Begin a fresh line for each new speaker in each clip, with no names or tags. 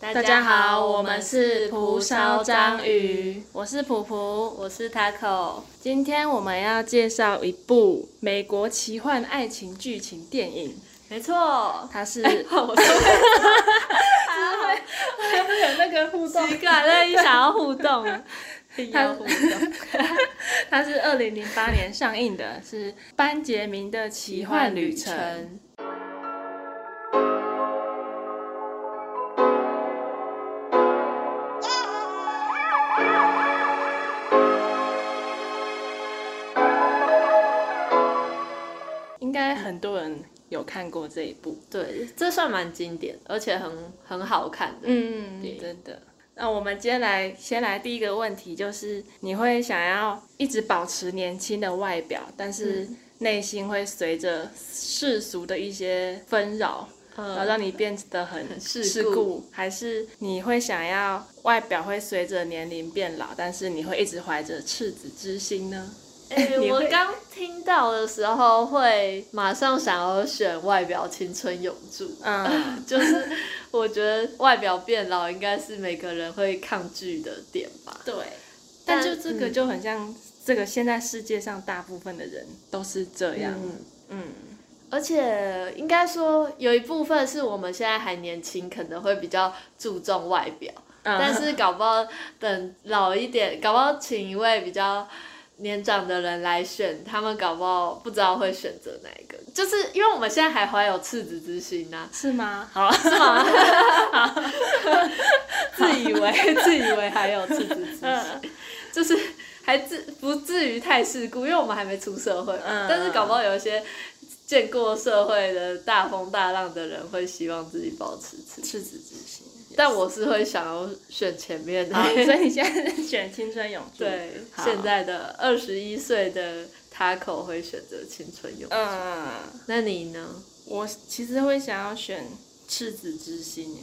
大
大家好，我们是蒲烧章鱼，，我是普普。
我是 Taco。
今天我们要介绍一部美国奇幻爱情剧情电影，
没错，
它是
我说
有那个 互动
奇怪，那一想要互动，
要
互动。
它是二零零八年上映的，是班杰明的奇幻旅程。应该很多人有看过这一部。
对，这算蛮经典，而且很很好看的。
嗯
对
真的。那我们接下来先来第一个问题，就是你会想要一直保持年轻的外表，但是
嗯
内心会随着世俗的一些纷扰，然后
嗯，
让你变得很
世
世
故
故，还是你会想要外表会随着年龄变老，但是你会一直怀着赤子之心呢？
哎
你
我
会
刚听到的时候会马上想要选外表青春永驻。
嗯，
就是我觉得外表变老应该是每个人会抗拒的点吧。
对。但
但嗯
就这个就很像这个现在世界上大部分的人都是这样，嗯
而且应该说有一部分是我们现在还年轻，可能会比较注重外表，
嗯
但是搞不好等老一点，搞不好请一位比较。年长的人来选，他们搞不好不知道会选择哪一个，就是因为我们现在还怀有赤子之心呐、
是吗？ 好，
自以为 自以为还有赤子之
嗯
心，就是还至不至于太世故，因为我们还没出社会嘛，
嗯
但是搞不好有一些见过社会的大风大浪的人会希望自己保持赤子。
赤子之心。
但我是会想要选前面的，
好，所以你现在是选青春永驻。
对
好
现在的二十一岁的他口会选择青春永。
嗯，
那你呢？
我其实会想要选赤子之心耶，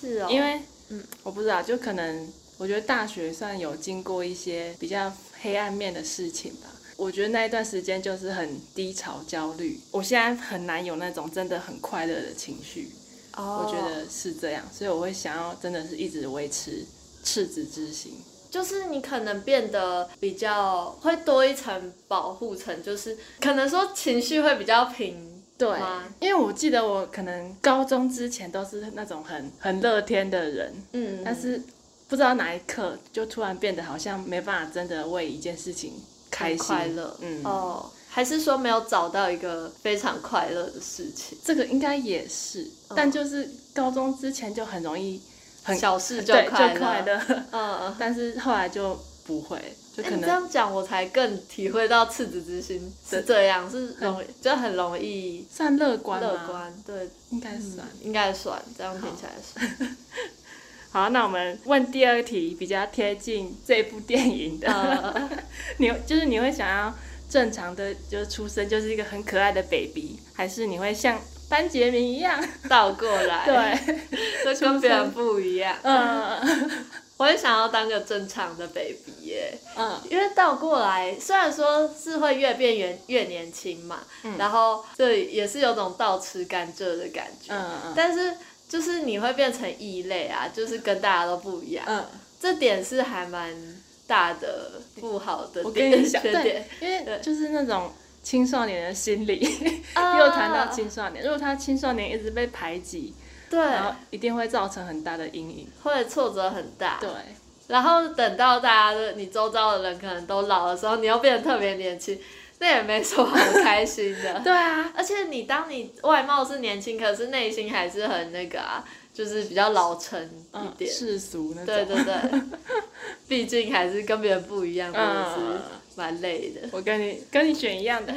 是哦，
因为
嗯，
我不知道，就可能我觉得大学算有经过一些比较黑暗面的事情吧。我觉得那一段时间就是很低潮、焦虑，我现在很难有那种真的很快乐的情绪。
哦
我觉得是这样，所以我会想要真的是一直维持赤子之心。
就是你可能变得比较会多一层保护层，就是可能说情绪会比较平。
对
吗，
因为我记得我可能高中之前都是那种很很乐天的人，
嗯，
但是不知道哪一刻就突然变得好像没办法真的为一件事情开心
很快乐，
嗯，
哦，还是说没有找到一个非常快乐的事情，
这个应该也是，
嗯
但就是高中之前就很容易很
小事
对就
快
快
乐，
乐，
嗯。
但是后来就不会，就
哎
可
你这
能、
样讲，我才更体会到赤子之心是这样，是容易就很容易
算乐观吗
乐，观，嗯对，
应该算。
应该算这样听起来算。
好，那我们问第二题，比较贴近这部电影的。
呃，
你就是你会想要正常的，就是出生就是一个很可爱的 baby，还是你会像班杰明一样？
倒过来，，
对，
就跟别人不一样。
嗯
我也想要当个正常的 baby 耶、
嗯
因为倒过来，虽然说是会越变越越年轻嘛，
嗯
然后这也是有种倒吃甘蔗的感觉，
嗯
但是就是你会变成异类啊，就是跟大家都不一样，
嗯，
这点是还蛮大的不好的
我跟
点
你讲，
缺
对
点。，
因为
对
就是那种青少年的心 理，
啊
又谈到青少年，如果他青少年一直被排挤，
对，
然后一定会造成很大的阴影。
会挫折很大。
对，
然后等到大家的你周遭的人可能都老的时候，你又变得特别年轻，那也没什么好开心 的。
对啊，
而且你当你外貌是年轻，可是内心还是很那个啊，就是比较老成一
嗯，
点。
世俗那
对
种。
对 对，毕竟还是跟别人不一样，真的
嗯
是蛮累的。
我跟你跟你选一样的，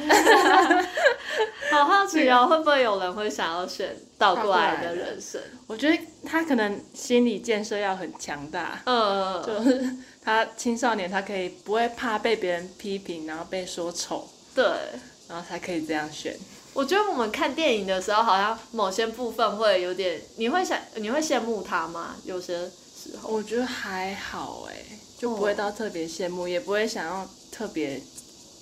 好好奇哦，会不会有人会想要选倒过来的人生？
我觉得他可能心理建设要很强大。
嗯，
就是他青少年，他可以不会怕被别人批评，然后被说丑，
对。
然后才可以这样选。
我觉得我们看电影的时候，好像某些部分会有点，你会想，你会羡慕他吗？有些时候，
我觉得还好哎、就不会到特别羡慕，也不会想要特别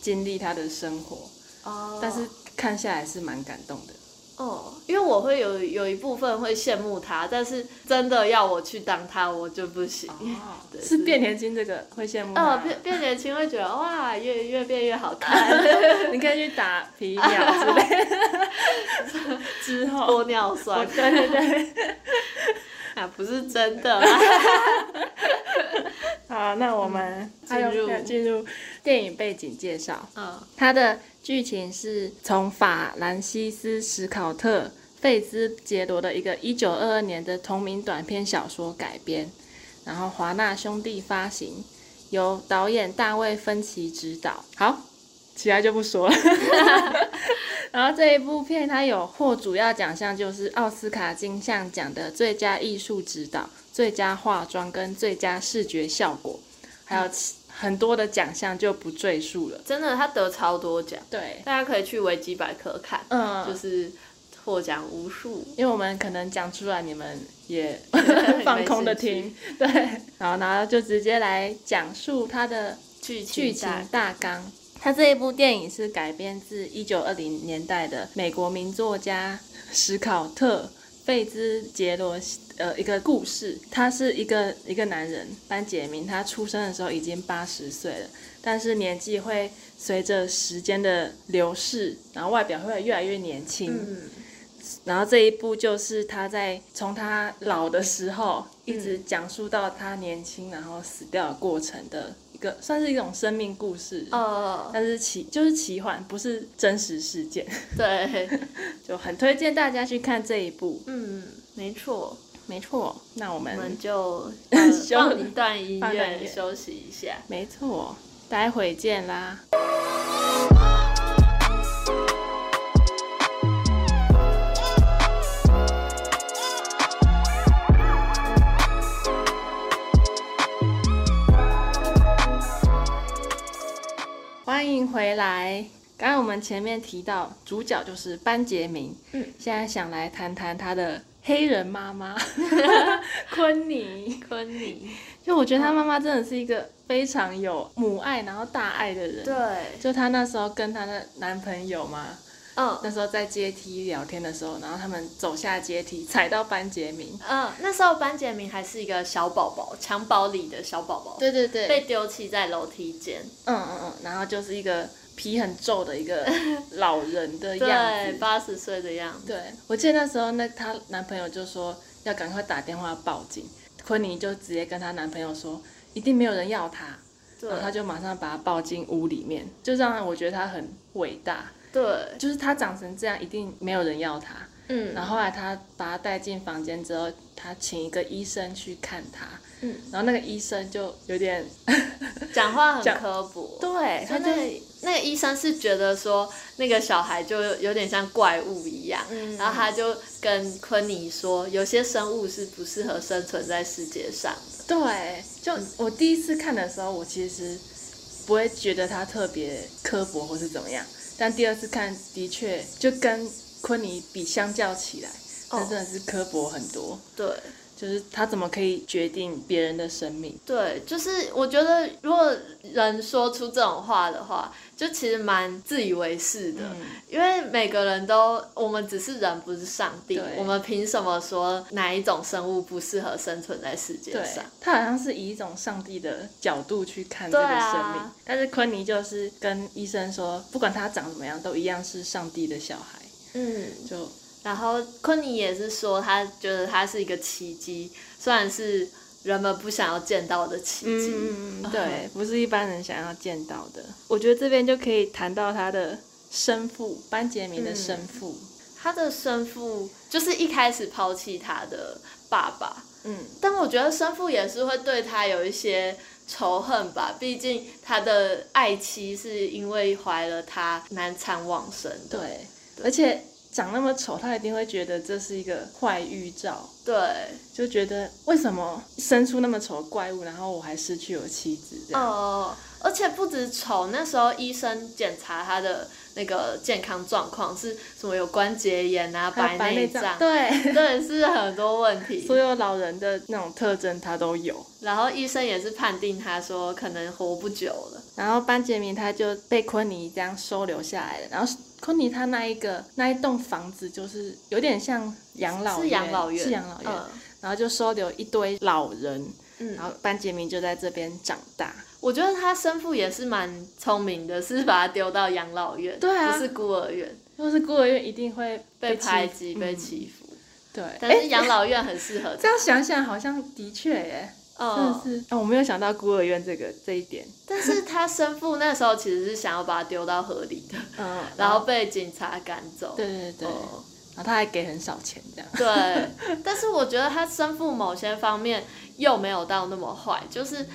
经历他的生活，
哦
但是看下来是蛮感动的。
哦，因为我会有有一部分会羡慕他，但是真的要我去当他，我就不行。对
是变年轻这个会羡慕
呃，
吗？
变变年轻会觉得哇，越越变越好看，
你可以去打皮秒之类的，之后
玻尿酸
对对对，
啊，不是真的啦。
好，那我们
嗯进入
还有进入电影背景介绍。
嗯，
它的剧情是从法兰西斯·史考特·费兹杰罗的一个1922年的同名短篇小说改编，然后华纳兄弟发行，由导演大卫·芬奇执导。好，其他就不 说了。 然后这一部片它有获主要奖项就是奥斯卡金像奖的最佳艺术指导、最佳化妆跟最佳视觉效果，还有其很多的奖项就不赘述了。
真的他得超多奖，
对，
大家可以去维基百科看，
嗯
就是获奖无数。
因为我们可能讲出来，你们 也
没
放
兴
空的
趣
听，对， 然后然后就直接来讲述它的
剧
剧情
大
大纲。它这一部电影是改编自一九二零年代的美国名作家史考特·费兹杰罗呃一个故事。他是一个一个男人班杰明，他出生的时候已经八十岁了，但是年纪会随着时间的流逝，然后外表会越来越年轻。
嗯，
然后这一部就是他在从他老的时候一直讲述到他年轻然后死掉的过程的一个，算是一种生命故事。
哦，
但是奇就是奇幻，不是真实事件，
对，
就很推荐大家去看这一部。
嗯，没错，
没错，那我
我
们
们就
休
放一段音
放段音
乐
乐
休息一下。
没错，待会见啦。欢迎回来。刚刚我们前面提到主角就是班杰明，
嗯，
现在想来谈谈他的黑人妈妈 昆尼。
昆尼，
就我觉得他妈妈真的是一个非常有母爱然后大爱的人。，
对，
就她那时候跟她的男朋友嘛，
嗯
那时候在阶梯聊天的时候，然后他们走下阶梯，踩到班杰明。
嗯，那时候班杰明还是一个小宝宝，襁褓里的小宝宝，
对对对
被丢弃在楼梯间，
嗯嗯嗯，然后就是一个皮很皱的一个老人的样
对，
子。
八十岁的样子，
对，我记得那时候那她男朋友就说要赶快打电话报警，昆尼就直接跟她男朋友说，一定没有人要她，然后她
对
就马上把她抱进屋里面，就让我觉得她很伟大。
对，
就是他长成这样，一定没有人要他。
嗯
然后后来他把他带进房间之后，他请一个医生去看他，
嗯，
然后那个医生就有点
讲话很
讲
刻薄，
对
他
他
那
就
个那个医生是觉得说那个小孩就有点像怪物一样，
嗯
然后他就跟昆尼说，有些生物是不适合生存在世界上的。
对，就
嗯
我第一次看的时候，我其实不会觉得他特别刻薄或是怎么样，但第二次看的确就跟昆尼比相较起来，他
哦
真的是刻薄很多。
对
就是他怎么可以决定别人的生命？
对，就是我觉得如果人说出这种话的话，就其实蛮自以为是的，
嗯
因为每个人都我们只是人，不是上帝
对，
我们凭什么说哪一种生物不适合生存在世界
对
上？，
他好像是以一种上帝的角度去看这个
对啊
生命，但是昆尼就是跟医生说，不管他长怎么样，都一样是上帝的小孩。
嗯。
就
然后昆尼也是说，他觉得他是一个奇迹，虽然是人们不想要见到的奇迹。
嗯，对，不是一般人想要见到的。我觉得这边就可以谈到他的生父班杰明的生父，
他的生父就是一开始抛弃他的爸爸，
嗯，
但我觉得生父也是会对他有一些仇恨吧，毕竟他的爱妻是因为怀了他难产往生的。
对，而且长那么丑，他一定会觉得这是一个坏预兆。
对，
就觉得为什么生出那么丑的怪物，然后我还失去我妻子这样，
哦，而且不止丑，那时候医生检查他的那个健康状况是什么，有关节炎啊、
还有白
内
内
障
障，，对，
对，是很多问题。
所有老人的那种特征他都有。
然后医生也是判定他说可能活不久了。
然后班杰明他就被昆尼这样收留下来了，然后昆尼他那一个那一栋房子就是有点像养老
是养老院，
是养老院，
嗯
然后就收留一堆老人，
嗯
然后班杰明就在这边长大。
我觉得他生父也是蛮聪明的，是把他丢到养老院，
对啊
不是孤儿院，
如果是孤儿院，一定会
被
欺
排挤、
嗯
被欺负。
对，
但
诶
是养老院很适合
这
他，
样想想好像的确耶，
嗯，
真的是、啊我没有想到孤儿院这个这一点。
但是他生父那时候其实是想要把他丢到河 里的，
嗯，
然后被警察赶走。
对对对，
哦
然后他还给很少钱这样。
对，但是我觉得他生父某些方面又没有到那么坏，就是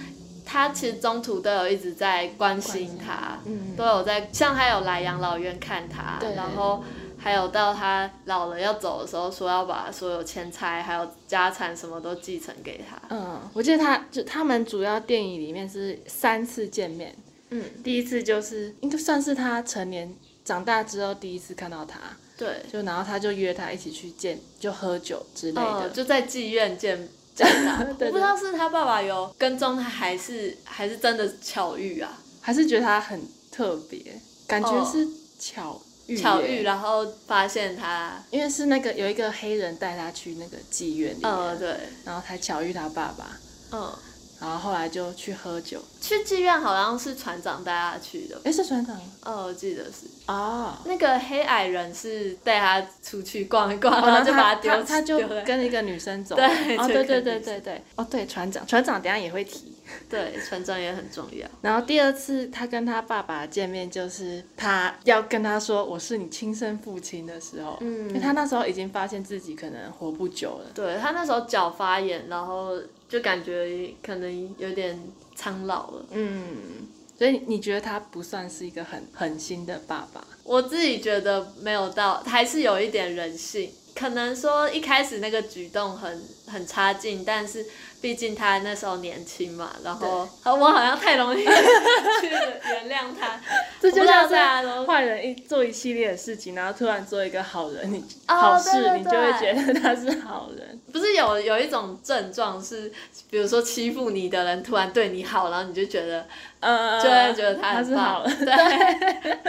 他其实中途都有一直在关心他，
嗯，
都有在像他有来养老院看他
对，
然后还有到他老了要走的时候，说要把所有钱财还有家产什么都继承给他。
嗯，我记得他就他们主要电影里面是三次见面，
嗯，
第一次就是应该算是他成年长大之后第一次看到他，
对，
就然后他就约他一起去见，就喝酒之类
嗯，
的。
就在妓院见。见他
对对
我不知道是他爸爸有跟踪他，还是还是真的巧遇啊，
还是觉得他很特别，感觉
哦
是巧遇、
巧遇，
了，
然后发现他，
因为是那个有一个黑人带他去那个妓院里面，
嗯，对，
然后才巧遇他爸爸，
嗯，
然后后来就去喝酒。
去妓院好像是船长带他去的，
哎，是船长
哦，我记得是
哦，
那个黑矮人是带他出去逛一逛，
哦
然后就把
他
丢
他他就
丢在
跟一个女生走了，
对
哦，
就
对
跟
对
女
对
生
对对，哦对，船长船长等一下也会提。
对，船长也很重要。
然后第二次他跟他爸爸见面，就是他要跟他说我是你亲生父亲的时候，因为
嗯，
他那时候已经发现自己可能活不久了，
对他那时候脚发炎，然后就感觉可能有点苍老了。
嗯，所以你觉得他不算是一个很狠心的爸爸，
我自己觉得没有到，还是有一点人性。可能说一开始那个举动很很差劲，但是毕竟他那时候年轻嘛，然后我好像太容易 去原谅他，
这就
我
像
不知道大家
是
都
坏人一做一系列的事情，然后突然做一个好人，你、
哦
好事
对对
你就会觉
对
得他是好人，
不是有有一种症状是，比如说欺负你的人突然对你好，然后你就觉得
呃，
就会觉得他
他
很
是
棒，
好人，
对，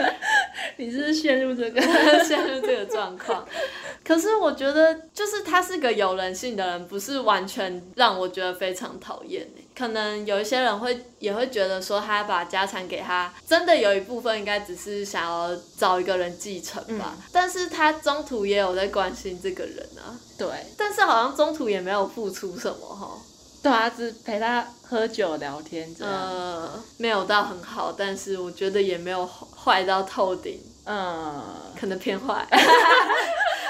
你是不是陷入这 个。
陷入这个状况。可是我觉得，就是他是个有人性的人，不是完全让我觉得非常讨厌欸。可能有一些人会也会觉得说，他把家产给他，真的有一部分应该只是想要找一个人继承吧。
嗯
但是他中途也有在关心这个人啊，
对，
但是好像中途也没有付出什么哈。
对啊，只陪他喝酒聊天这样。
呃，没有到很好，但是我觉得也没有坏到透顶，
嗯，
可能偏坏。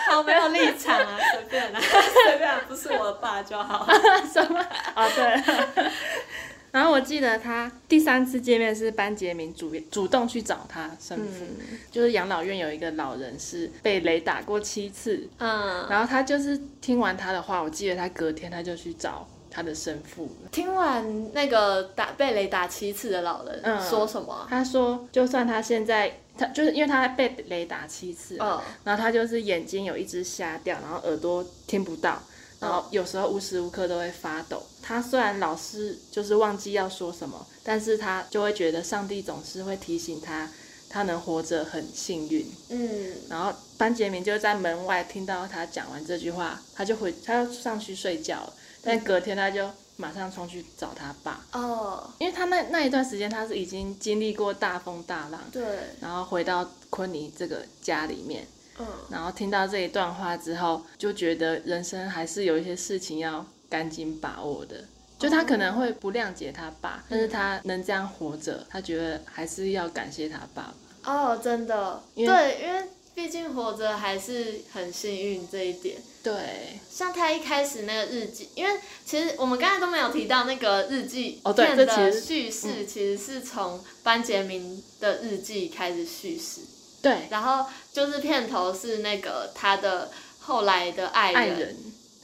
好没有立场啊，随便啊， 随便、啊，不是我爸就好。
什么？啊，对。 然后我记得他第三次见面是班杰明主主动去找他生父，就是养老院有一个老人是被雷打过七次，
嗯，
然后他就是听完他的话，我记得他隔天他就去找他的生父了。
听完那个打被雷打七次的老人、
嗯
说什么啊？
他说，就算他现在他就是因为他被雷打七次，
嗯
然后他就是眼睛有一只瞎掉，然后耳朵听不到，然后有时候无时无刻都会发抖。他虽然老是就是忘记要说什么，但是他就会觉得上帝总是会提醒他，他能活着很幸运。
嗯，
然后班杰明就在门外听到他讲完这句话，他就回，他就上去睡觉了。但隔天他就马上冲去找他爸，
哦，
因为他那那一段时间他是已经经历过大风大浪，
对，
然后回到昆尼这个家里面。
嗯，
然后听到这一段话之后，就觉得人生还是有一些事情要赶紧把握的。就他可能会不谅解他爸，但是他能这样活着，他觉得还是要感谢他爸爸。
哦，真的，
因为
对，因为毕竟活着还是很幸运这一点。
对，
像他一开始那个日记，因为其实我们刚才都没有提到那个日记
哦对
片
这其
的
实嗯
叙事，其实是从班杰明的日记开始叙事，
对，
然后就是片头是那个他的后来的爱人，
爱人，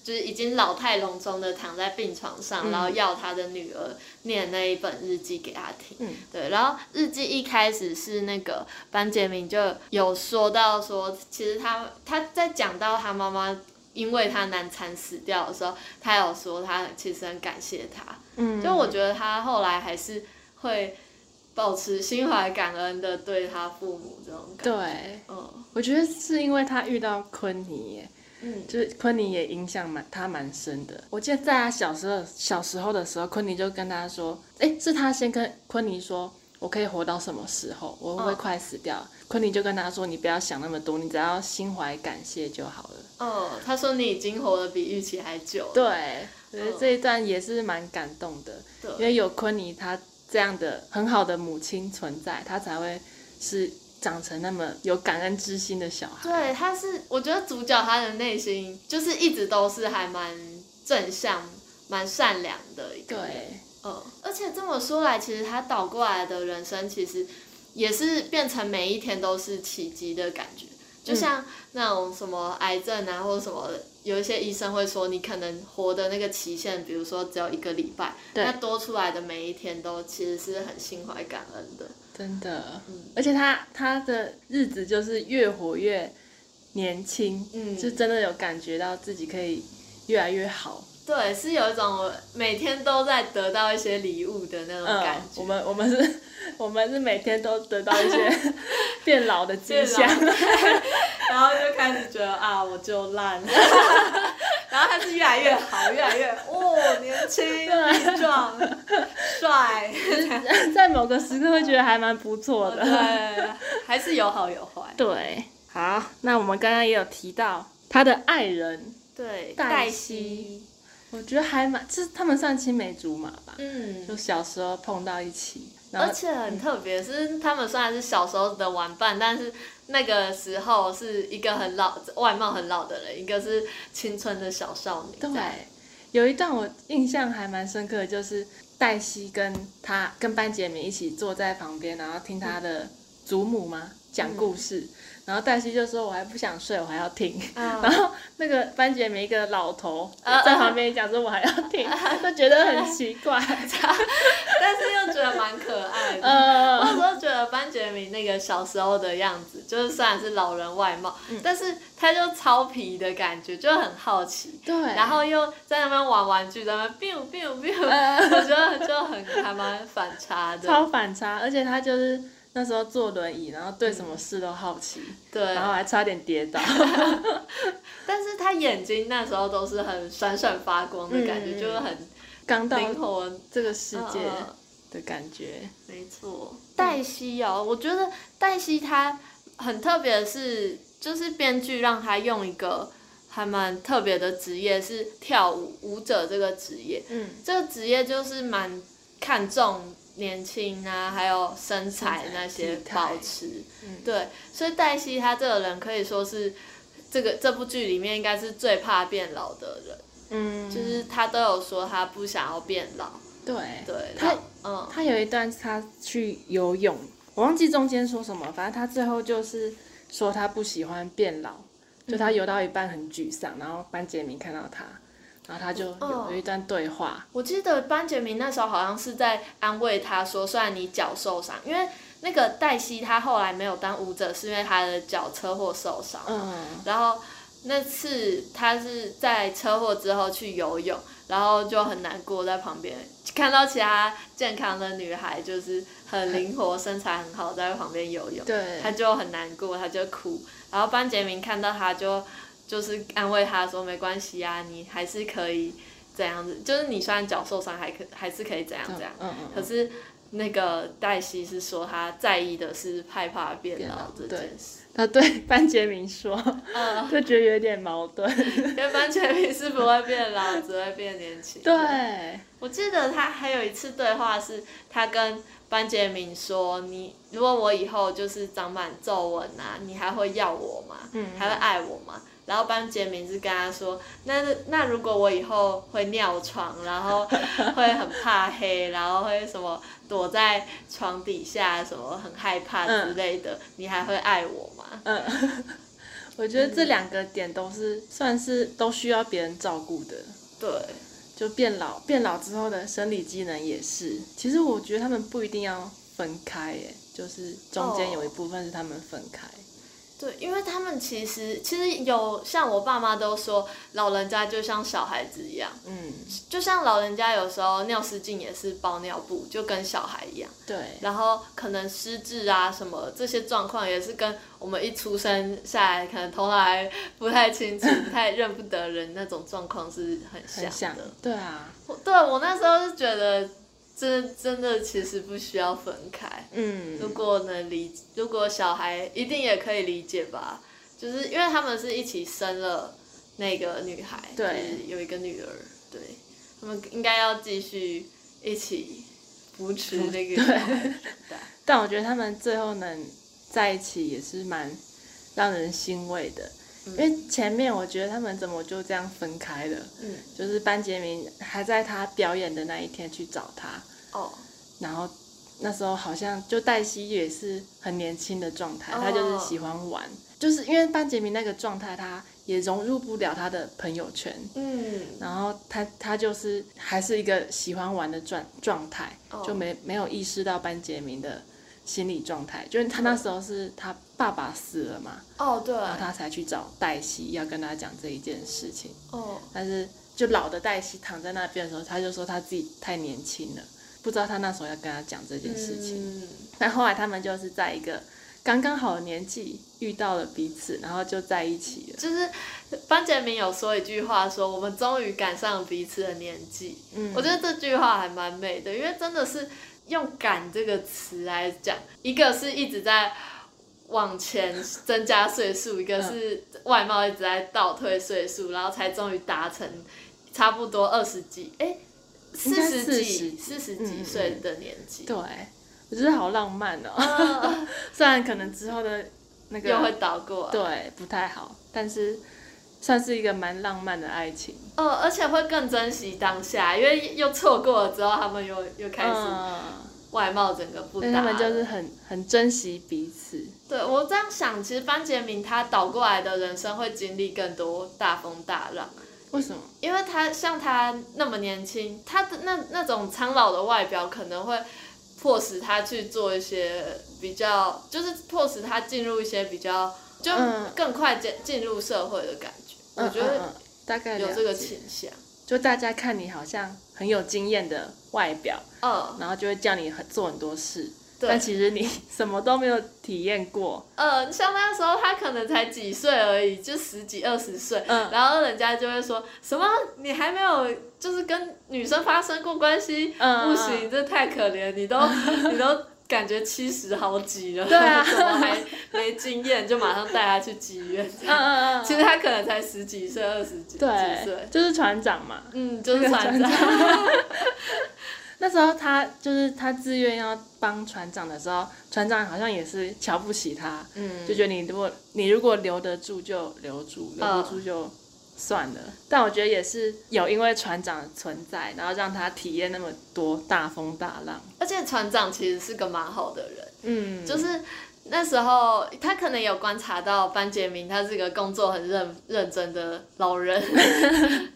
就是已经老态龙钟的躺在病床上，
嗯
然后要他的女儿念那一本日记给他听。
嗯，
对，然后日记一开始是那个班杰明就有说到说，其实他他在讲到他妈妈因为他难产死掉的时候，他有说他其实很感谢他，
嗯
就我觉得他后来还是会保持心怀感恩的对他父母这种感觉。
对，
嗯
我觉得是因为他遇到昆尼耶，
嗯，
就是昆尼也影响蛮他蛮深的。我记得在他小时候小时候的时候，昆尼就跟他说，哎，是他先跟昆尼说。我可以活到什么时候？我会不会
嗯
快死掉？昆尼就跟他说：“你不要想那么多，你只要心怀感谢就好了。
哦，他说你已经活得比预期还久”了。
对，我觉得这一段也是蛮感动的。
对
因为有昆尼她这样的很好的母亲存在，她才会是长成那么有感恩之心的小孩。
对，他是我觉得主角他的内心就是一直都是还蛮正向、蛮善良的一个人。
对
嗯，而且这么说来，其实他倒过来的人生其实也是变成每一天都是奇迹的感觉，
嗯
就像那种什么癌症啊，或者什么，有一些医生会说你可能活的那个期限，比如说只有一个礼拜，
对
那多出来的每一天都其实是很心怀感恩的。
真的
嗯，
而且她她的日子就是越活越年轻，
嗯
就真的有感觉到自己可以越来越好。
对，是有一种我每天都在得到一些礼物的那种感
嗯，
觉。
我们我们是， 我们是每天都得到 一些变老的迹
变老
象。
嗯然后就开始觉得啊，我就 烂，然后他是越来越好，越来越哦，年轻、力壮、帅，
在某个时刻会觉得还蛮不错的。
对，还是有好有坏。
对，好，那我们刚刚也有提到他的爱人，
对，
黛西，我觉得还蛮，就是他们算青梅竹马吧，
嗯，
就小时候碰到一起，然
而
后
且很特别，是他们虽然是小时候的玩伴，但是那个时候是一个很老、外貌很老的人，一个是青春的小少女。
对，有一段我印象还蛮深刻的，就是黛西跟他跟班杰明一起坐在旁边，然后听他的祖母嘛
嗯
讲故事，然后黛西就说：“我还不想睡，我还要听。” 然
嗯，
后那个班杰明一个老头
啊
在旁边讲说：“我还要 听。”
嗯
就觉得很奇怪。
但是又觉得蛮可爱 的。
呃，
我有时候觉得班杰明那个小时候的样子，就是虽然是老人外貌，
嗯
但是他就超皮的感觉，就很好奇，
对，
然后又在那边玩玩具，在那边 biu biu biu，
呃
我觉得就很还蛮反差的。
超反差，而且他就是那时候坐轮椅，然后对什么事都好奇，
对
然，后还差点跌倒。
但是他眼睛那时候都是很闪闪发光的感觉，
嗯
就是很
刚到
灵活
这个世界
嗯嗯
的感觉，
没错，黛西哦，我觉得黛西她很特别的是，就是编剧让她用一个还蛮特别的职业是跳舞舞者这个职业，
嗯，
这个职业就是蛮看重年轻啊，还有身材那些
身材体态
保持，
嗯
对，所以黛西她这个人可以说是这个这部剧里面应该是最怕变老的人，
嗯，
就是她都有说她不想要变老，
对，
对，
他
老嗯。
他有一段是他去游泳，我忘记中间说什么，反正他最后就是说他不喜欢变老，就他游到一半很沮丧，然后班杰明看到他，然后他就有
哦
有一段对话，
我记得班杰明那时候好像是在安慰他说，虽然你脚受伤，因为那个黛西她后来没有当舞者，是因为她的脚车祸受伤。
嗯，
然后那次她是在车祸之后去游泳，然后就很难过，在旁边看到其他健康的女孩就是很灵活、身材很好，在旁边游泳，
对，
她就很难过，她就哭。然后班杰明看到她就就是安慰她说：“没关系啊，你还是可以这样子，就是你虽然脚受伤，还可还是可以怎样怎样。
嗯嗯
可是那个黛西是说她在意的是害怕变老这件事，
他对班杰明说，
嗯，
就觉得有点矛盾。
因为班杰明是不会变老，只会变年轻。
对，
我记得他还有一次对话是，他跟班杰明说：“你如果我以后就是长满皱纹啊，你还会要我吗？
嗯
还会爱我吗？”然后班杰明是跟他说：“那那如果我以后会尿床，然后会很怕黑，然后会什么躲在床底下，什么很害怕之类的，你还会爱我吗
我觉得这两个点都是算是都需要别人照顾的。？”
对，
就变老，变老之后的生理机能也是。其实我觉得他们不一定要分开，耶，就是中间
哦
有一部分是他们分开。嗯
对，因为他们其实其实有像我爸妈都说，老人家就像小孩子一样，
嗯，
就像老人家有时候尿失禁也是包尿布，就跟小孩一样。
对，
然后可能失智啊什么这些状况，也是跟我们一出生下来可能头脑还不太清 楚、不太认不得人那种状况是很像
很
的。
像，对啊，
我对我那时候是觉得，真真的其实不需要分开。
嗯，
如果能理，如果小孩一定也可以理解吧，就是因为他们是一起生了那个女孩，
对，
有一个女儿，对，他们应该要继续一起扶持那个女孩，对，
但我觉得他们最后能在一起也是蛮让人欣慰的，
嗯
因为前面我觉得他们怎么就这样分开了，
嗯，
就是班杰明还在他表演的那一天去找他，
哦，
然后那时候好像就黛西也是很年轻的状态，
哦
她就是喜欢玩，就是因为班杰明那个状态，他也融入不了他的朋友圈，
嗯，
然后他他就是还是一个喜欢玩的状状态，
哦
就没没有意识到班杰明的心理状态，就是他那时候是他爸爸死了嘛，
哦，对，
然后他才去找黛西要跟他讲这一件事情，
哦，
但是就老的黛西躺在那边的时候，他就说他自己太年轻了，不知道他那时候要跟他讲这件事情。
嗯，
但后来他们就是在一个刚刚好的年纪遇到了彼此，然后就在一起了。
就是班杰明有说一句话说，我们终于赶上彼此的年纪。
嗯
我觉得这句话还蛮美的，因为真的是用“赶”这个词来讲，一个是一直在往前增加岁数，一个
嗯
是外貌一直在倒退岁数，然后才终于达成差不多二十几，哎、
应该
四十几、
40
四十
嗯
几
嗯
岁的年纪，
对，我觉得好浪漫哦。
啊
虽然可能之后的那
又会
个
倒过、啊。
对不太好，但是算是一个蛮浪漫的爱情。
嗯，而且会更珍惜当下，因为又错过了之后，他们又又开始
嗯，
外貌整个不搭了。
但他们就是很很珍惜彼此。
对我这样想，其实班杰明他倒过来的人生会经历更多大风大浪，
为什么？
因为他像他那么年轻，他的那那种苍老的外表可能会迫使他去做一些比较，就是迫使他进入一些比较就
嗯
更快进进入社会的感觉。我觉
嗯嗯
得
嗯大概
有
了
这个
解
倾向。
就大家看你好像很有经验的外表，
嗯，
然后就会叫你很做很多事，
对
但其实你什么都没有体验过。
呃，像那时候他可能才几岁而已，就十几二十岁，
嗯
然后人家就会说什么你还没有就是跟女生发生过关系，
嗯
不行，这太可怜， 你都你都感觉七十好几了，
对 啊
怎么还没经验，就马上带他去妓院。
嗯嗯嗯
其实他可能才十几岁、二十几几
对
岁，，
就是船长嘛。
嗯，就是船长，
那时候他就是他自愿要帮船长的时候，船长好像也是瞧不起他，
嗯
就觉得你如果你如果留得住就留住，留不住就算了。但我觉得也是有因为船长的存在，然后让他体验那么多大风大浪。
而且船长其实是个蛮好的人。
嗯，
就是那时候他可能有观察到班杰明，他是个工作很认认真的老人，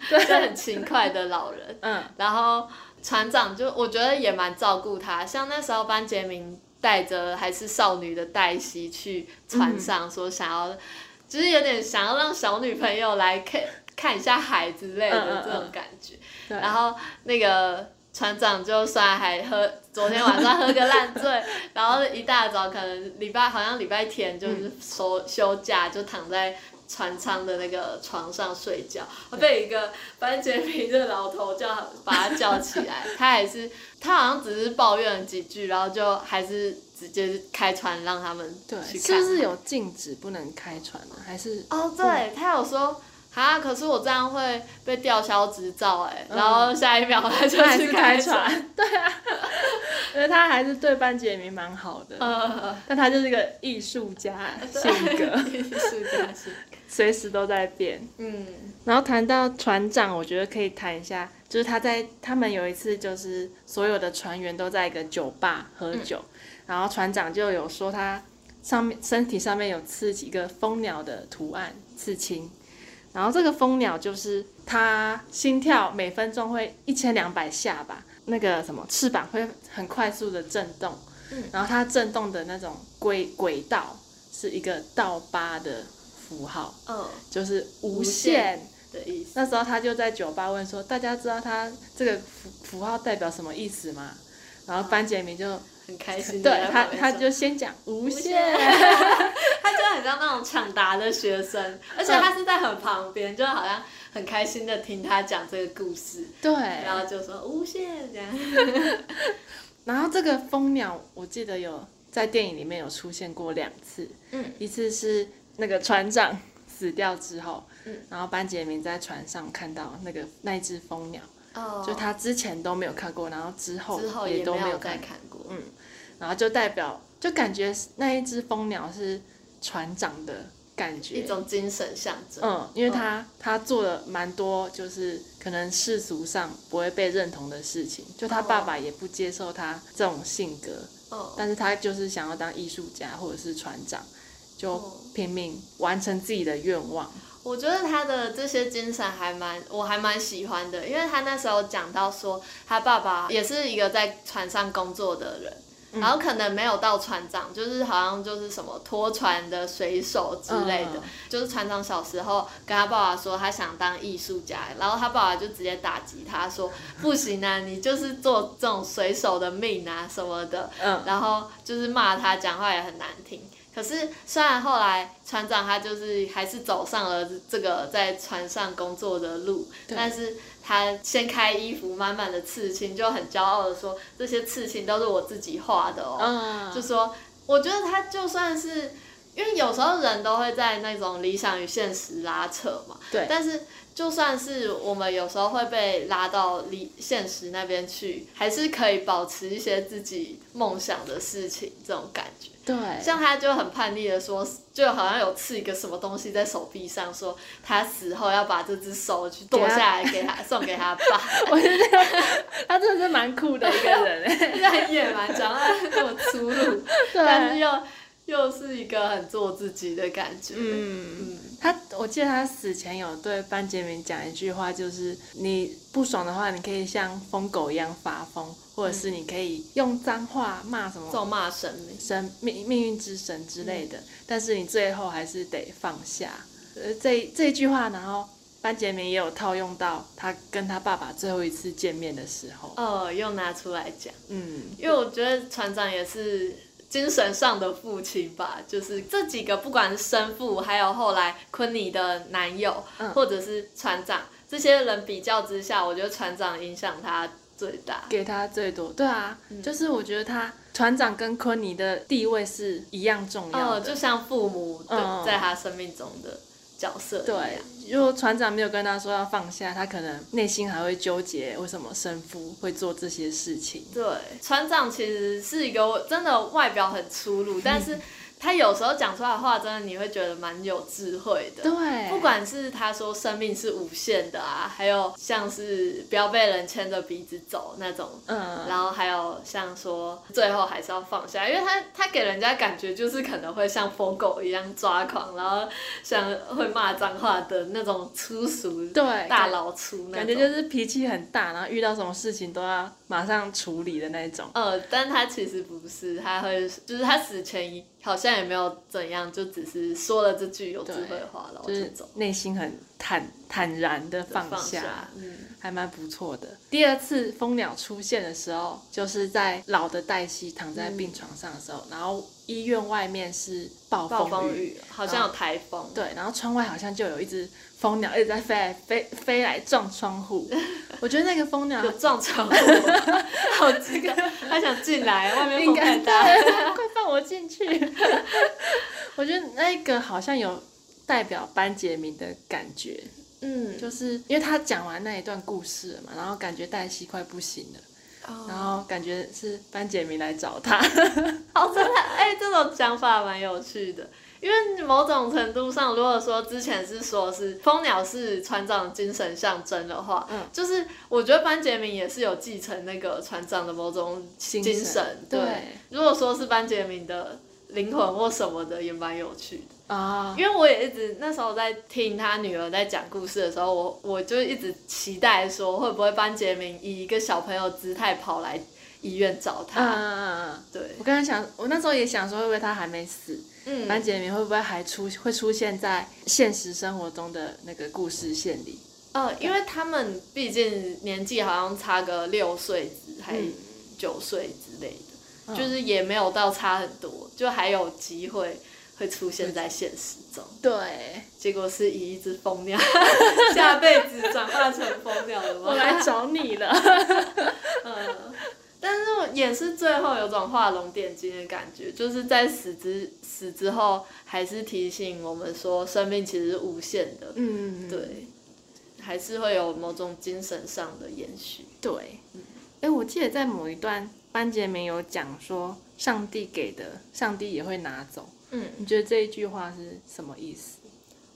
就很勤快的老人。
嗯
然后船长就我觉得也蛮照顾他，像那时候班杰明带着还是少女的黛西去船
嗯
上，说想要、就是有点想要让小女朋友来看看一下海之类
嗯
的
嗯
这种
嗯
感觉。
对
然后那个船长就算还喝，昨天晚上喝个烂醉， 然后一大早可能礼拜好像礼拜天就是
嗯
休、休假，就躺在船舱的那个床上睡觉，被一个班杰明的老头叫把他叫起来， 他还是他好像只是抱怨了几句，然后就还是直接开船让他们
对，
去
是
看
不是有禁止不能开船呢？还是
哦，对，他有说。啊！可是我这样会被吊销执照哎、
嗯
然后下一秒他就
他还
去
是开
船，
船？ 对啊，因为他还是对班杰明蛮好的，
呃，
但他就是个艺术家性 格，
对艺术家性格，
随时都在变。
嗯，
然后谈到船长，我觉得可以谈一下，就是他在他们有一次就是所有的船员都在一个酒吧喝酒，然后船长就有说他上面身体上面有刺一个蜂鸟的图案刺青，然后这个蜂鸟就是它心跳每分钟会一千两百下吧，那个什么翅嗯膀会很快速的震动，然后它震动的那种轨轨道是一个倒八的符号，
嗯
就是无
无
限
限。的意思。
那时候他就在酒吧问说：“大家知道他这个符符号代表什么意思吗？”然后班杰明就、
很开心地在
对
旁
他
边说，
他就先讲无限，
他就很像那种抢答的学
嗯
生，而且他是在很旁边，就好像很开心的听他讲这个故事，
对，
然后就说无限这样。
然后这个蜂鸟，我记得有在电影里面有出现过两次，
嗯，
一次是那个船长死掉之后，
嗯，
然后班杰明在船上看到那个那一只蜂鸟，
哦
就他之前都没有看过，然后之后
之后
也都
没
有
再
看，
看过。
嗯然后就代表就感觉那一只蜂鸟是船长的感觉，
一种精神象征。
嗯，因为他、他做了蛮多，就是可能世俗上不会被认同的事情，就他
哦
爸爸也不接受他这种性格，
哦，
但是他就是想要当艺术家或者是船长，就
哦
拼命完成自己的愿望。
我觉得他的这些精神还蛮，我还蛮喜欢的，因为他那时候讲到说，他爸爸也是一个在船上工作的人。然后可能没有到船长，就是好像就是什么拖船的水手之类的，
嗯
就是船长小时候跟他爸爸说他想当艺术家，然后他爸爸就直接打击他说不行啊，你就是做这种水手的命啊什么的，
嗯
然后就是骂他讲话也很难听。可是虽然后来船长他就是还是走上了这个在船上工作的路，
对
但是他掀开衣服满满的刺青，就很骄傲的说这些刺青都是我自己画的哦，
嗯，
就说我觉得他就算是。因为有时候人都会在那种理想与现实拉扯嘛，
对
但是就算是我们有时候会被拉到离现实那边去，还是可以保持一些自己梦想的事情这种感觉。
对，
像他就很叛逆的说，就好像有刺一个什么东西在手臂上，说他死后要把这只手去剁下来给他送给他 爸，
我觉得 他真的是蛮酷的一个人，欸
就是很野蛮，讲话这么粗鲁，但是
对，
又又是一个很做自己的感觉。
嗯。
嗯
他，我记得他死前有对班杰明讲一句话，就是你不爽的话，你可以像疯狗一样发疯，或者是你可以用脏话骂什么
咒骂神明，
神命命运之神之类的，但是你最后还是得放下。呃，这这一句话，然后班杰明也有套用到他跟他爸爸最后一次见面的时候。
哦，又拿出来讲。
嗯，
因为我觉得船长也是精神上的父亲吧，就是这几个不管是生父，还有后来昆尼的男友，
嗯
或者是船长这些人比较之下，我觉得船长影响他最大。
给他最多，对啊，就是我觉得他船长跟昆尼的地位是一样重要
哦，
的。
就像父母对、
嗯
在他生命中的角色一样
对，如果船长没有跟他说要放下，他可能内心还会纠结，为什么生父会做这些事情？
对，船长其实是一个真的外表很粗鲁，但
嗯
是他有时候讲出来的话，真的你会觉得蛮有智慧的。
对，
不管是他说生命是无限的啊，还有像是不要被人牵着鼻子走那种，
嗯，
然后还有像说最后还是要放下，因为他他给人家感觉就是可能会像疯狗一样抓狂，然后像会骂脏话的那种粗俗
对，
大老粗那
感
种，
觉就是脾气很大，然后遇到什么事情都要马上处理的那一种。
呃，但他其实不是，他会就是他死前好像也没有怎样，就只是说了这句有智慧的话，然后
就
就是走。
内心很坦坦然的放
放
下，
下，嗯，
还蛮不错的。第二次蜂鸟出现的时候，就是在老的黛西躺在病床上的时候，然后医院外面是暴
暴
风
风雨嗯好像有台风，
对，然后窗外好像就有一只蜂鸟一直在飞来飞飞来撞窗户，我觉得那个蜂鸟
有 撞窗户， 好激动，他想进来，外面风太大。
对 快放我进去！我觉得那个好像有代表班杰明的感觉，
嗯，
就是因为他讲完那一段故事了嘛，然后感觉黛西快不行了，然后感觉是班杰明来找他，
哦，真的，哎、这种讲法蛮有趣的。因为某种程度上，如果说之前是说是蜂鸟是船长精神象征的话，
嗯
就是我觉得班杰明也是有继承那个船长的某种
精
神。
神对
如果说是班杰明的灵魂或什么的，也蛮有趣的。
啊，
因为我也一直那时候在听他女儿在讲故事的时候，我我就一直期待说会不会班杰明以一个小朋友姿态跑来医院找
啊啊
他。
啊啊！
对，
我刚刚想，我那时候也想说，会不会他还没死？
嗯，
班杰明会不会还出会出现在现实生活中的那个故事线里？
呃，因为他们毕竟年纪好像差个六岁还
嗯
九岁之类的，
嗯
就是也没有到差很多，就还有机会会出现在现实中。
对，
结果是以一只蜂鸟， 下辈子转化成蜂鸟了吗？
我来找你了。
嗯，但是我也是最后有种画龙点睛的感觉，就是在死之死之后，还是提醒我们说，生命其实是无限的，
嗯，
对，还是会有某种精神上的延续。
对。哎，我记得在某一段，班杰明有讲说，上帝给的，上帝也会拿走。
嗯，
你觉得这一句话是什么意思？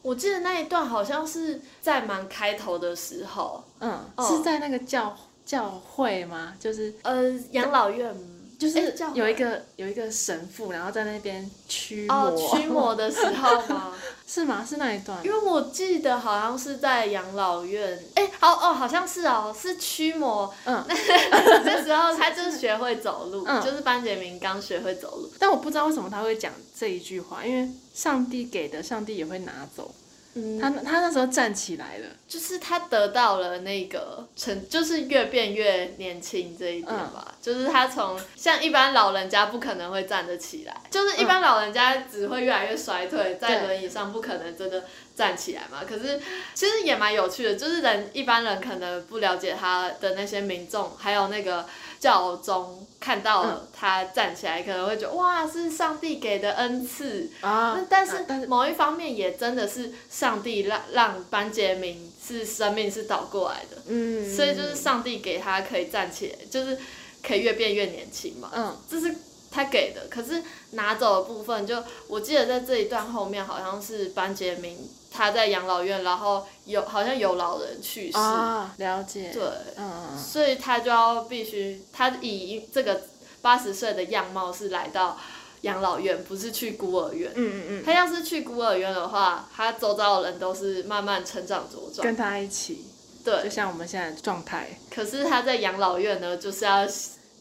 我记得那一段好像是在蛮开头的时候，
嗯，
哦
是在那个教教会吗？就是
呃，养老院
就是
诶教会
有一个有一个神父，然后在那边驱魔，
哦驱魔的时候吗？
是吗？是那一段
因？为我记得好像是在养老院，哎、好哦，好像是哦，是驱魔。
嗯，
那时 候他就是学会走路，
嗯
就是班杰明刚学会走路。
但我不知道为什么他会讲这一句话，因为上帝给的，上帝也会拿走。
嗯
他他那时候站起来了，
就是他得到了那个成，就是越变越年轻这一点吧。就是他从像一般老人家不可能会站得起来，就是一般老人家只会越来越衰退，在
对
轮椅上不可能真的站起来嘛。可是其实也蛮有趣的，就是人一般人可能不了解他的那些民众，还有那个教宗看到了他站起来，可能会觉得哇是上帝给的恩赐。
啊
那但
啊但
是
是
某一方面也真的是上帝让让班杰明是生命是倒过来的，
嗯
所以就是上帝给他可以站起来，就是可以越变越年轻嘛，
嗯
这是他给的。可是拿走的部分就，我记得在这一段后面好像是班杰明他在养老院，然后有好像有老人去世，
啊，了解，
对，
嗯，嗯
所以他就要必须，他以这个八十岁的样貌是来到养老院，不是去孤儿院。
嗯嗯
他要是去孤儿院的话，他周遭的人都是慢慢成长茁
嗯，
壮。
跟他一起，就
对，
像我们现在的状态，
可是他在养老院呢，就是要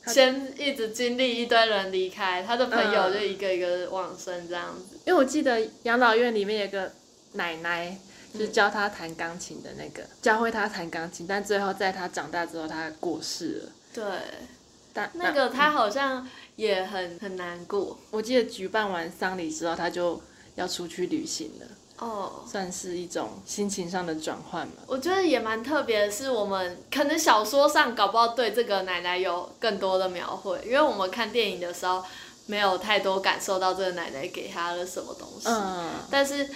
先一直经历一堆人离开，他的朋友
嗯
就一个一个往生这样子。
因为我记得养老院里面有个奶奶，就是教他弹钢琴的那个，教会他弹钢琴，但最后在他长大之后，他过世了。
对，
但
那个他好像也很很难过
我记得举办完丧礼之后，他就要出去旅行了，
哦。
算是一种心情上的转换嘛。
我觉得也蛮特别的是，我们可能小说上搞不好对这个奶奶有更多的描绘，因为我们看电影的时候没有太多感受到这个奶奶给他了什么东西。
嗯，
但是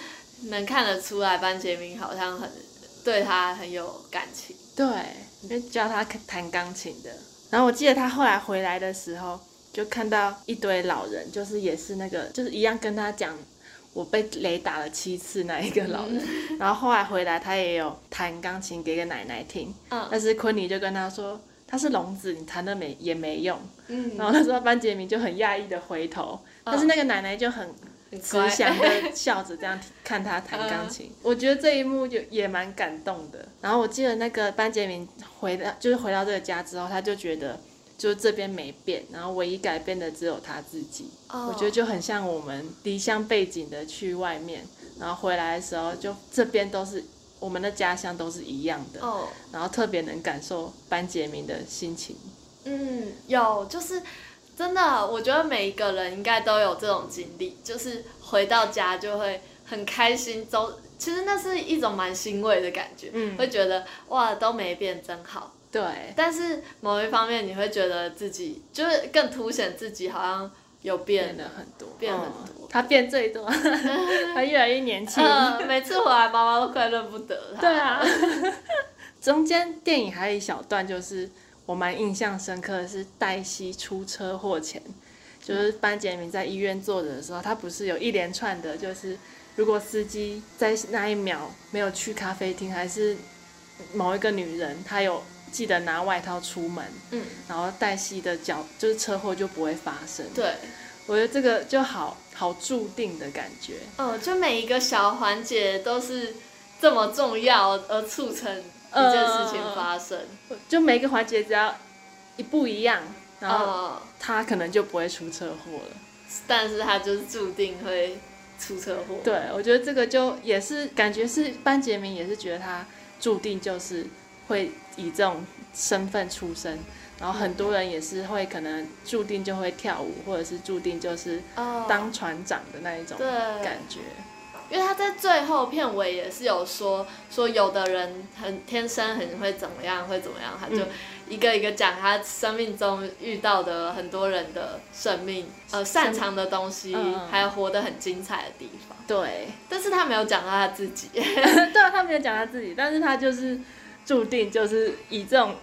能看得出来，班杰明好像很对他很有感情。
对，因为教他弹钢琴的。然后我记得他后来回来的时候，就看到一堆老人，就是也是那个，就是一样跟他讲我被雷打了七次那一个老人。
嗯
然后后来回来，他也有弹钢琴给给奶奶听，
嗯
但是昆尼就跟他说。他是聋子，你弹的没也没用。
嗯，
然后那时候班杰明就很讶异的回头，但是那个奶奶就很
很
慈
乖。嗯
祥的笑着这样看他弹钢琴，我觉得这一幕就也蛮感动的。然后我记得那个班杰明回到就是回到这个家之后，他就觉得就是这边没变，然后唯一改变的只有他自己。
哦
我觉得就很像我们离乡背景的去外面，然后回来的时候就这边都是我们的家乡都是一样的，
哦，
然后特别能感受班杰明的心情。
嗯，有，就是真的，我觉得每一个人应该都有这种经历，就是回到家就会很开心，走，其实那是一种蛮欣慰的感觉，
嗯
会觉得哇都没变，真好。
对，
但是某一方面，你会觉得自己就是更凸显自己好像有
变
变
了很多，
变很
嗯
多
他变最 多，他越来越年轻。
呃，每次回来妈妈都快认不得他。
嗯 对啊，中间电影还有一小段，就是我蛮印象深刻的是黛西出车祸前，就是班杰明在医院坐着的时候，他不是有一连串的，就是如果司机在那一秒没有去咖啡厅，还是某一个女人，她有记得拿外套出门，
嗯，
然后黛西的脚就是车祸就不会发生。
对，
我觉得这个就好好注定的感觉。
嗯，就每一个小环节都是这么重要，而促成一件事情
呃
发生。
就每一个环节只要一不一样，然后
嗯，
他可能就不会出车祸了。
但是他就是注定会出车祸。
对，我觉得这个就也是感觉是班杰明也是觉得他注定就是会以这种身份出生，然后很多人也是会可能注定就会跳舞，或者是注定就是
嗯，
当船长的那一种
对
感觉。
因为他在最后片尾也是有说，说有的人很天生很会怎么样，会怎么样，他
嗯
就一个一个讲他生命中遇到的很多人的生命，呃，擅长的东西，
嗯嗯
还有活得很精彩的地方。
对，
但是他没有讲到他自己，
对啊，他没有讲他自己，但是他就是注定就是以这种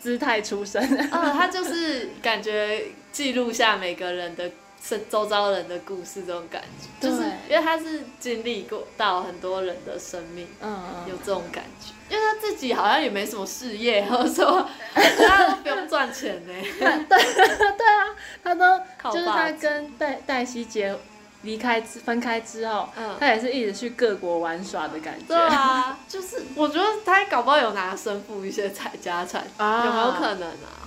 姿态出生。
嗯，他就是感觉记录下每个人的是周遭人的故事这种感觉，
对
就是因为他是经历过到很多人的生命。
嗯，
有这种感觉，因为他自己好像也没什么事业，然后说 他都不用赚钱呢。
啊他都
靠
就是
爸
他跟黛黛西结离开之分开之后，
嗯
他也是一直去各国玩耍的感觉。
对啊，就是我觉得他搞不好有拿身负一些财家产，
啊
有没有可能啊？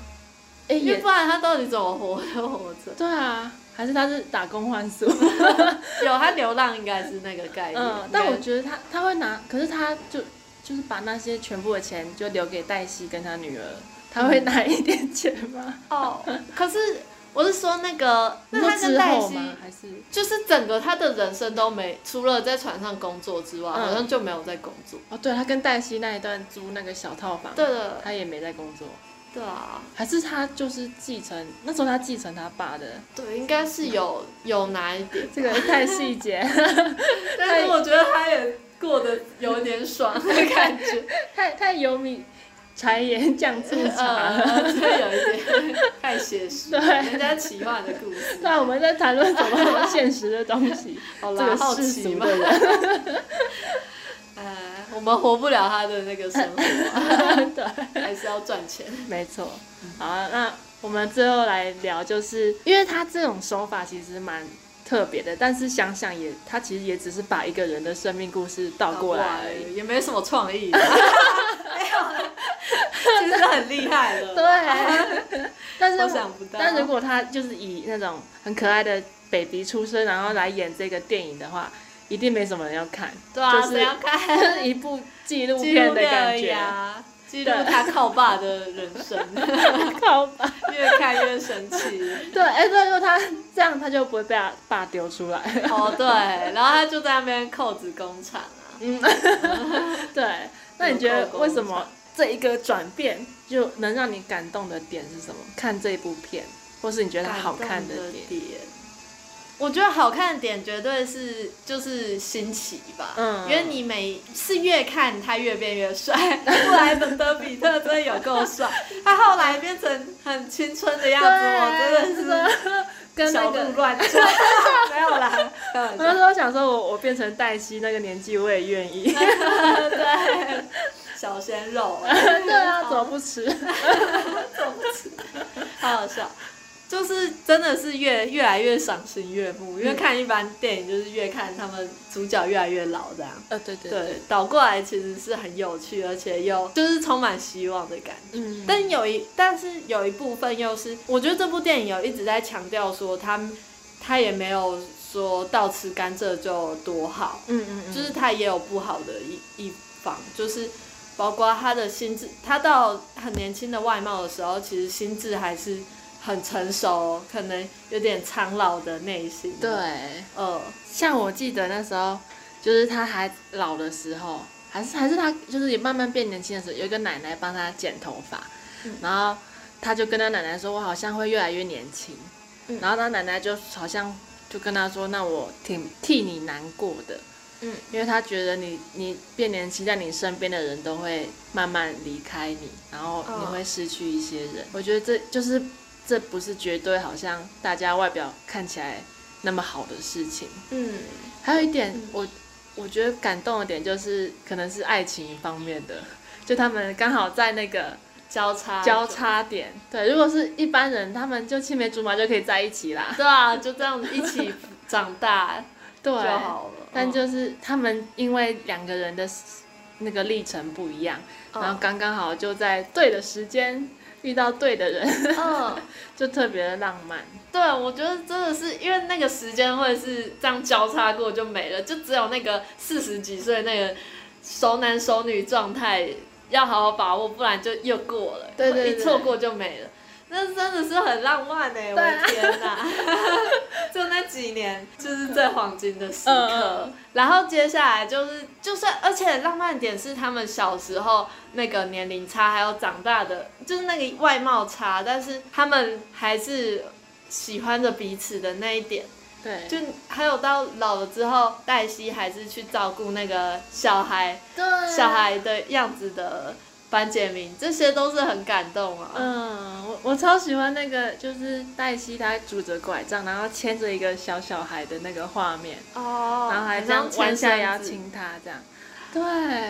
哎、
因为
也
不然他到底怎么活 着活着？
对啊，还是他是打工换宿。
有他流浪应该是那个概念，
嗯，但我觉得他他会拿，可是他就就是把那些全部的钱就留给黛西跟他女儿，他
嗯
会拿一点钱吗？
哦，可是我是说那 个， 那他
你
跟
说
黛
之后
西
吗？还是
就是整个他的人生都没，除了在船上工作之外，
嗯
好像就没有在工作。
哦，对他跟黛西那一段租那个小套房，
对的，
他也没在工作，
对啊。
还是他就是继承那时候他继承他爸的，
对，应该是有有拿一点，
这个 太细节，
但是我觉得他也过得有点爽的 感觉，
太太油米柴盐酱醋 茶了。
呃，这有一点太写实，
对
人家奇幻的故事，
对啊，我们在谈论什么现实的东西，
好
这
啦，
个
好
世
奇
俗
嘛
的，人，
哎，我们活不了他的那个生活，
对。
还是要赚钱，
没错。好啊，那我们最后来聊，就是因为他这种手法其实蛮特别的，但是想想也，他其实也只是把一个人的生命故事倒过来而已。
也没什么创 意，没有，其实很厉害的，
对，啊 但是
我想不到
但如果他就是以那种很可爱的 baby 出身，然后来演这个电影的话，一定没什么人要 看，
对啊，
就是
谁要看
就是一部纪录
纪录
片的
片而
感
已
觉，
啊，记录他靠爸的人生。
好吧？
越看越生气。
对，哎、对，如果他这样，他就不会被他爸丢出来。
哦，对，然后他就在那边扣子工厂啊。
对，那你觉得为什么这一个转变就能让你感动的点是什么？看这部片，或是你觉得它好看
感动
点？
点，我觉得好看的点绝对是就是新奇吧。
嗯
因为你每是越看他越变越帅， 布莱德比特真的有够帅，他后来变成很青春的样子，我真的是。
跟那
小鹿
个，
乱 撞，没有啦，开玩
我那
笑
时候想说我，我变成黛西那个年纪，我也愿 意。
对，小鲜肉，
对啊，怎么不吃？
好好笑，就是真的是越越来越赏心悦目，因为看一般电影就是越看他们主角越来越老这样。
呃，对对
对，倒过来其实是很有趣，而且又就是充满希望的感觉。
嗯，但
但有一，但是有一部分又是，我觉得这部电影有一直在强调说他，他也没有说到吃甘蔗就多好，
嗯嗯嗯，
就是他也有不好的一一方，就是包括他的心智，他到很年轻的外貌的时候，其实心智还是很成熟，哦可能有点苍老的内心。，
对。
呃，
像我记得那时候，就是他还老的时候，还是还是他就是也慢慢变年轻的时候，有一个奶奶帮他剪头发，
嗯
然后他就跟他奶奶说：“我好像会越来越年轻。
嗯
然后他奶奶就好像就跟他说：“那我挺替你难过的。”
嗯，
因为他觉得你你变年轻，但你身边的人都会慢慢离开你，然后你
嗯
会失去一些人。我觉得这就是这不是绝对好像大家外表看起来那么好的事情。
嗯，
还有一点，我我觉得感动的点就是，可能是爱情方面的，就他们刚好在那个
交叉
交，叉点。 对，如果是一般人，他们就青梅竹马就可以在一起啦。
对啊，就这样一起长大
对
就，好嗯了。
但就是他们因为两个人的那个历程不一样，
嗯
然后刚刚好就在对的时间遇到对的人，
嗯，
就特别的浪漫。
对，我觉得真的是因为那个时间会是这样交叉过就没了，就只有那个四十几岁那个熟男熟女状态要好好把握，不然就又过了，
对对
一
对
错过就没了。那真的是很浪漫哎、我
对
的
啊
天哪！ 就那几年，就是最黄金的时
嗯
刻。
嗯
然后接下来就是，就算而且浪漫点是他们小时候那个年龄差，还有长大的，就是那个外貌差，但是他们还是喜欢着彼此的那一点。
对，
就还有到老了之后，黛西还是去照顾那个小孩，
对啊
小。孩的样子的班杰明，这些都是很感动啊。
嗯，我我超喜欢那个，就是黛西她拄着拐杖，然后牵着一个小小孩的那个画面，
哦
然后还这样弯下腰。亲他，这样。对，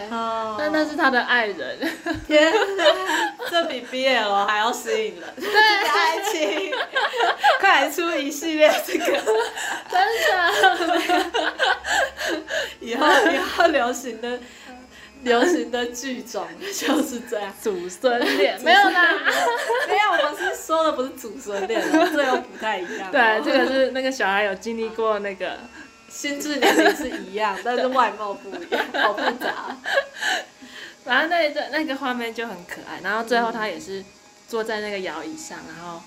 哦，
但那是他的爱人。
天哪， 这比 BL 还要吸引人，对，爱情， 快来出一系列这个，
真的，
以后以后流行的流行的剧种就是这样。
祖孙 恋没有啦。
没有，我们是说的不是祖孙恋哦，这又不太一样哦。
对，这个是那个小孩有经历过那个，
心智年龄是一样，但是外貌不一样，好复杂。
反正那一段那个画面就很可爱。然后最后他也是坐在那个摇椅上，然后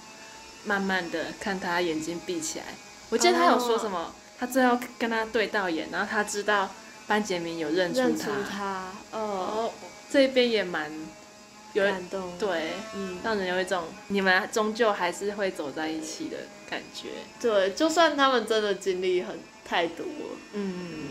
慢慢的看他眼睛闭起来。我记得他有说什么，他最后跟他对到眼，然后他知道班杰明有认出
认
他
出，他，
然
哦，
后这边也蛮有
感动。，
对。
嗯，
让人有一种你们终究还是会走在一起的感觉。
对，就算他们真的经历很太多了。
嗯，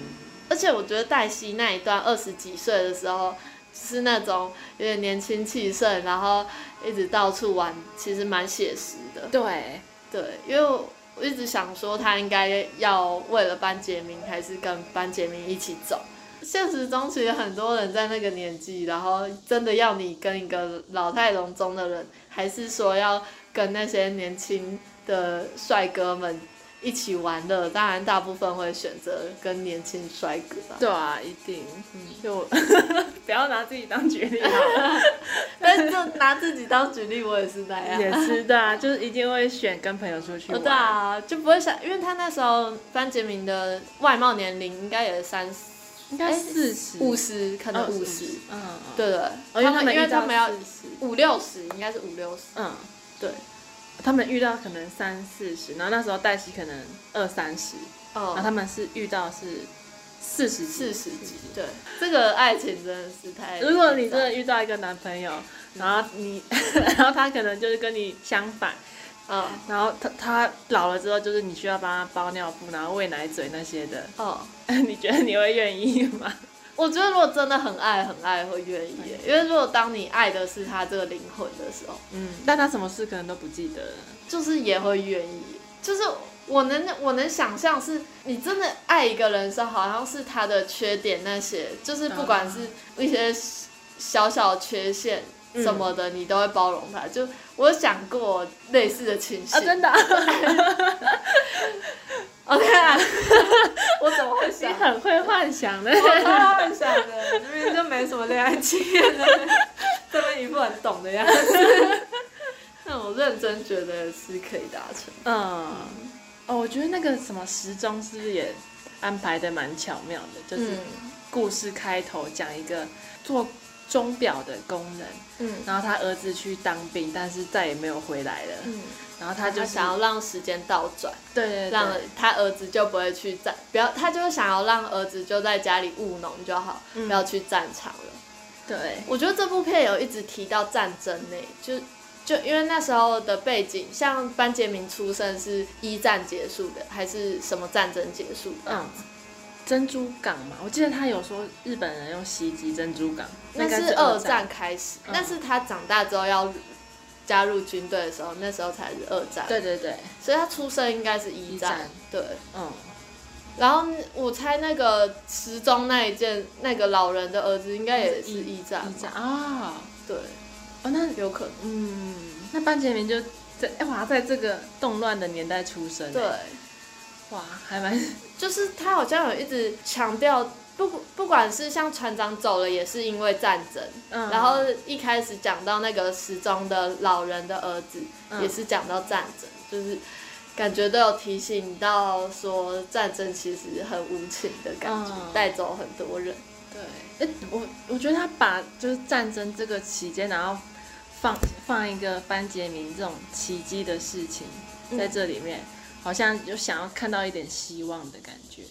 而且我觉得黛西那一段二十几岁的时候，是那种有点年轻气盛，然后一直到处玩，其实蛮写实的。
对，
对，因为我一直想说他应该要为了班杰明，还是跟班杰明一起走。现实中其实很多人在那个年纪，然后真的要你跟一个老态龙钟的人，还是说要跟那些年轻的帅哥们一起玩乐？当然，大部分会选择跟年轻帅哥吧。
对啊，一定，嗯就 不要拿自己当举例好了
但是就拿自己当举例，我也是那样。
也是的啊，就是一定会选跟朋友出去
哦，
玩。
对啊，就不会想，因为他那时候班杰明的外貌年龄应该也是三十。哎
应该四十，
五十，可能
嗯
五十，，
嗯，
对对，
哦，因为
他
他
们
们
因为他们要
遇到40
五六十，应该是五六十，
嗯，
对，
他们遇到可能三四十，然后那时候黛西可能二三十，然后
哦，
他们是遇到是四十
四十几，对，这个爱情真的是太，
如果你真的遇到一个男朋友，然后你， 然后他可能就是跟你相反，
嗯，
然后他他老了之后，就是你需要帮他包尿布，然后喂奶嘴那些的，
哦，
你觉得你会愿意吗？
我觉得如果真的很爱很爱会愿意耶，因为如果当你爱的是他这个灵魂的时候，
嗯，但他什么事可能都不记得了。
就是也会愿意，就是我能我能想象是，你真的爱一个人的时候，好像是他的缺点那些，就是不管是一些小小缺陷什么的，你都会包容他。就我有想过类似嗯啊的情形。
啊的、
OK 啊， 我怎么会
你
想？
很会幻想的。
我超会想的，明明就没什么恋爱经验的，这么一副很懂的样子。 但我认真觉得是可以达成。
嗯，哦，我觉得那个什么时钟是不是也安排的蛮巧妙
嗯
的？就是故事开头讲一个做钟表的工人，
嗯
然后他儿子去当兵，但是再也没有回来了。
嗯。
然后他就
他
是
想要让时间倒转，
对对对，
让他儿子就不会去战，不要他就是想要让儿子就在家里务农就好，
嗯
不要去战场了。
对
我觉得这部片有一直提到战争呢、就就因为那时候的背景，像班杰明出生是一战结束的，还是什么战争结束的？
嗯，珍珠港嘛，我记得他有说日本人用袭击珍珠港，
那
应该
是
是
二
战。
战开始，
嗯
那是他长大之后要加入军队的时候，那时候才是二战。，
对对对，
所以他出生应该是一
一
战。
战
对，
嗯，
然后我猜那个时钟那一件，那个老人的儿子应该也是一战
一
吧，
战啊、
对，
哦，那
有可能。
嗯，那班杰明就在哎哇，在这个动乱的年代出生，
对，
哇，还蛮
就是他好像有一直强调，不不管是像船长走了，也是因为战争。
嗯
然后一开始讲到那个失踪的老人的儿子，
嗯
也是讲到战争，就是感觉都有提醒到说战争其实很无情的感觉，
嗯
带走很多人。
对，哎，我我觉得他把就是战争这个期间，然后放放一个班杰明这种奇迹的事情
嗯
在这里面，好像有想要看到一点希望的感觉。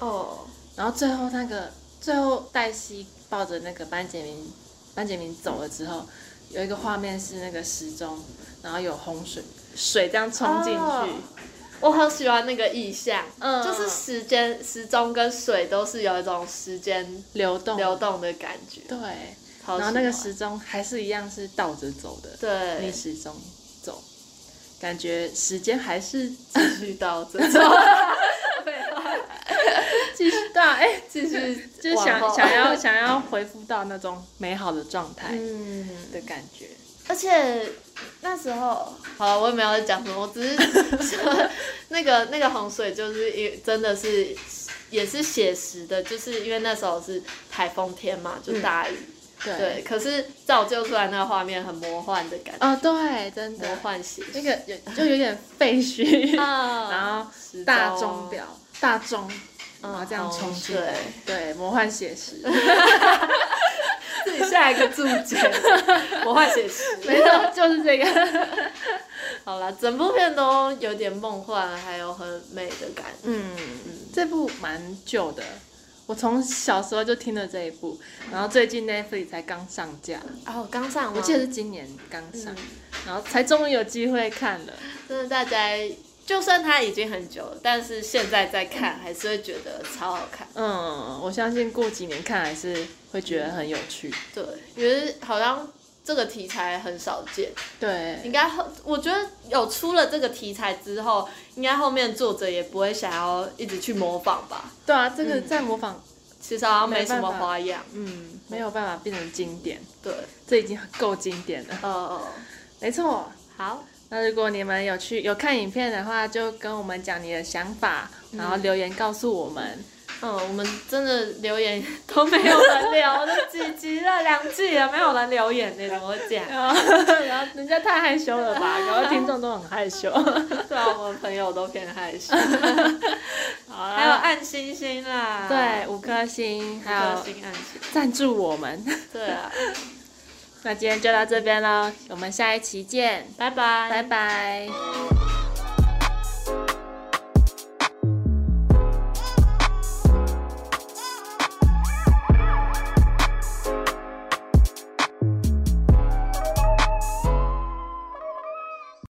哦，
然后最后那个最后黛西抱着那个班杰明，班杰明走了之后，有一个画面是那个时钟，然后有洪水水这样冲进去，
哦我很喜欢那个意象，
嗯
就是时间、时钟跟水都是有一种时间
流动
流动的感觉。
对，
然
哦然后那个时钟还是一样是倒着走的，逆
对，
时钟走，感觉时间还是
继续到这，
继续 到哎、
继续
就是
往
想
后
想要想要恢复到那种美好的状态
嗯。
的感觉。
而且那时候，好了，我也没有在讲什么，我只是说那个那个洪水就是一真的是也是写实的，就是因为那时候是台风天嘛，就大雨，
嗯对，
对，可是造就出来那个画面很魔幻的感觉，
哦对，真
魔
的
幻写实
那个有就有点废墟，
啊
然后
时钟
大钟表、大钟，
嗯
然后这样冲进
洪
来
水，
对，魔幻写实，
自己下一个注 解，魔幻写实。
没错，就是这个。
好啦，整部片都有点梦幻，还有很美的感觉。
嗯，这部蛮旧的，我从小时候就听了这一部，然后最近 Netflix 才刚上架，
哦，刚上吗
我记得是今年刚上
嗯，
然后才终于有机会看了。
真的大家，就算它已经很久了，但是现在再看还是会觉得超好看。
嗯，我相信过几年看还是会觉得很有趣。
对，因为好像这个题材很少见，
对，
应该后我觉得有出了这个题材之后，应该后面作者也不会想要一直去模仿吧。
对啊，这个在模仿，
其实好像没
没
什
办法
么花样。
嗯，没有办法变成经典，
对，
这已经够经典了。
呃，
没错，
好，
那如果你们有去有看影片的话，就跟我们讲你的想法，然后留言告诉我们。
嗯，我们真的留言都没有人聊，都几集了，两季了，没有人留言呢，怎么会这样？
然后人家太害羞了 吧，然后听众都很害 羞。
对啊，我们朋友都偏害 羞，
好
还有按星星啦，，
对哎五颗星，还
还有
有
星按星，
赞助我们。
对啊，
那今天就到这边喽，我们下一期见，
拜拜，
拜拜。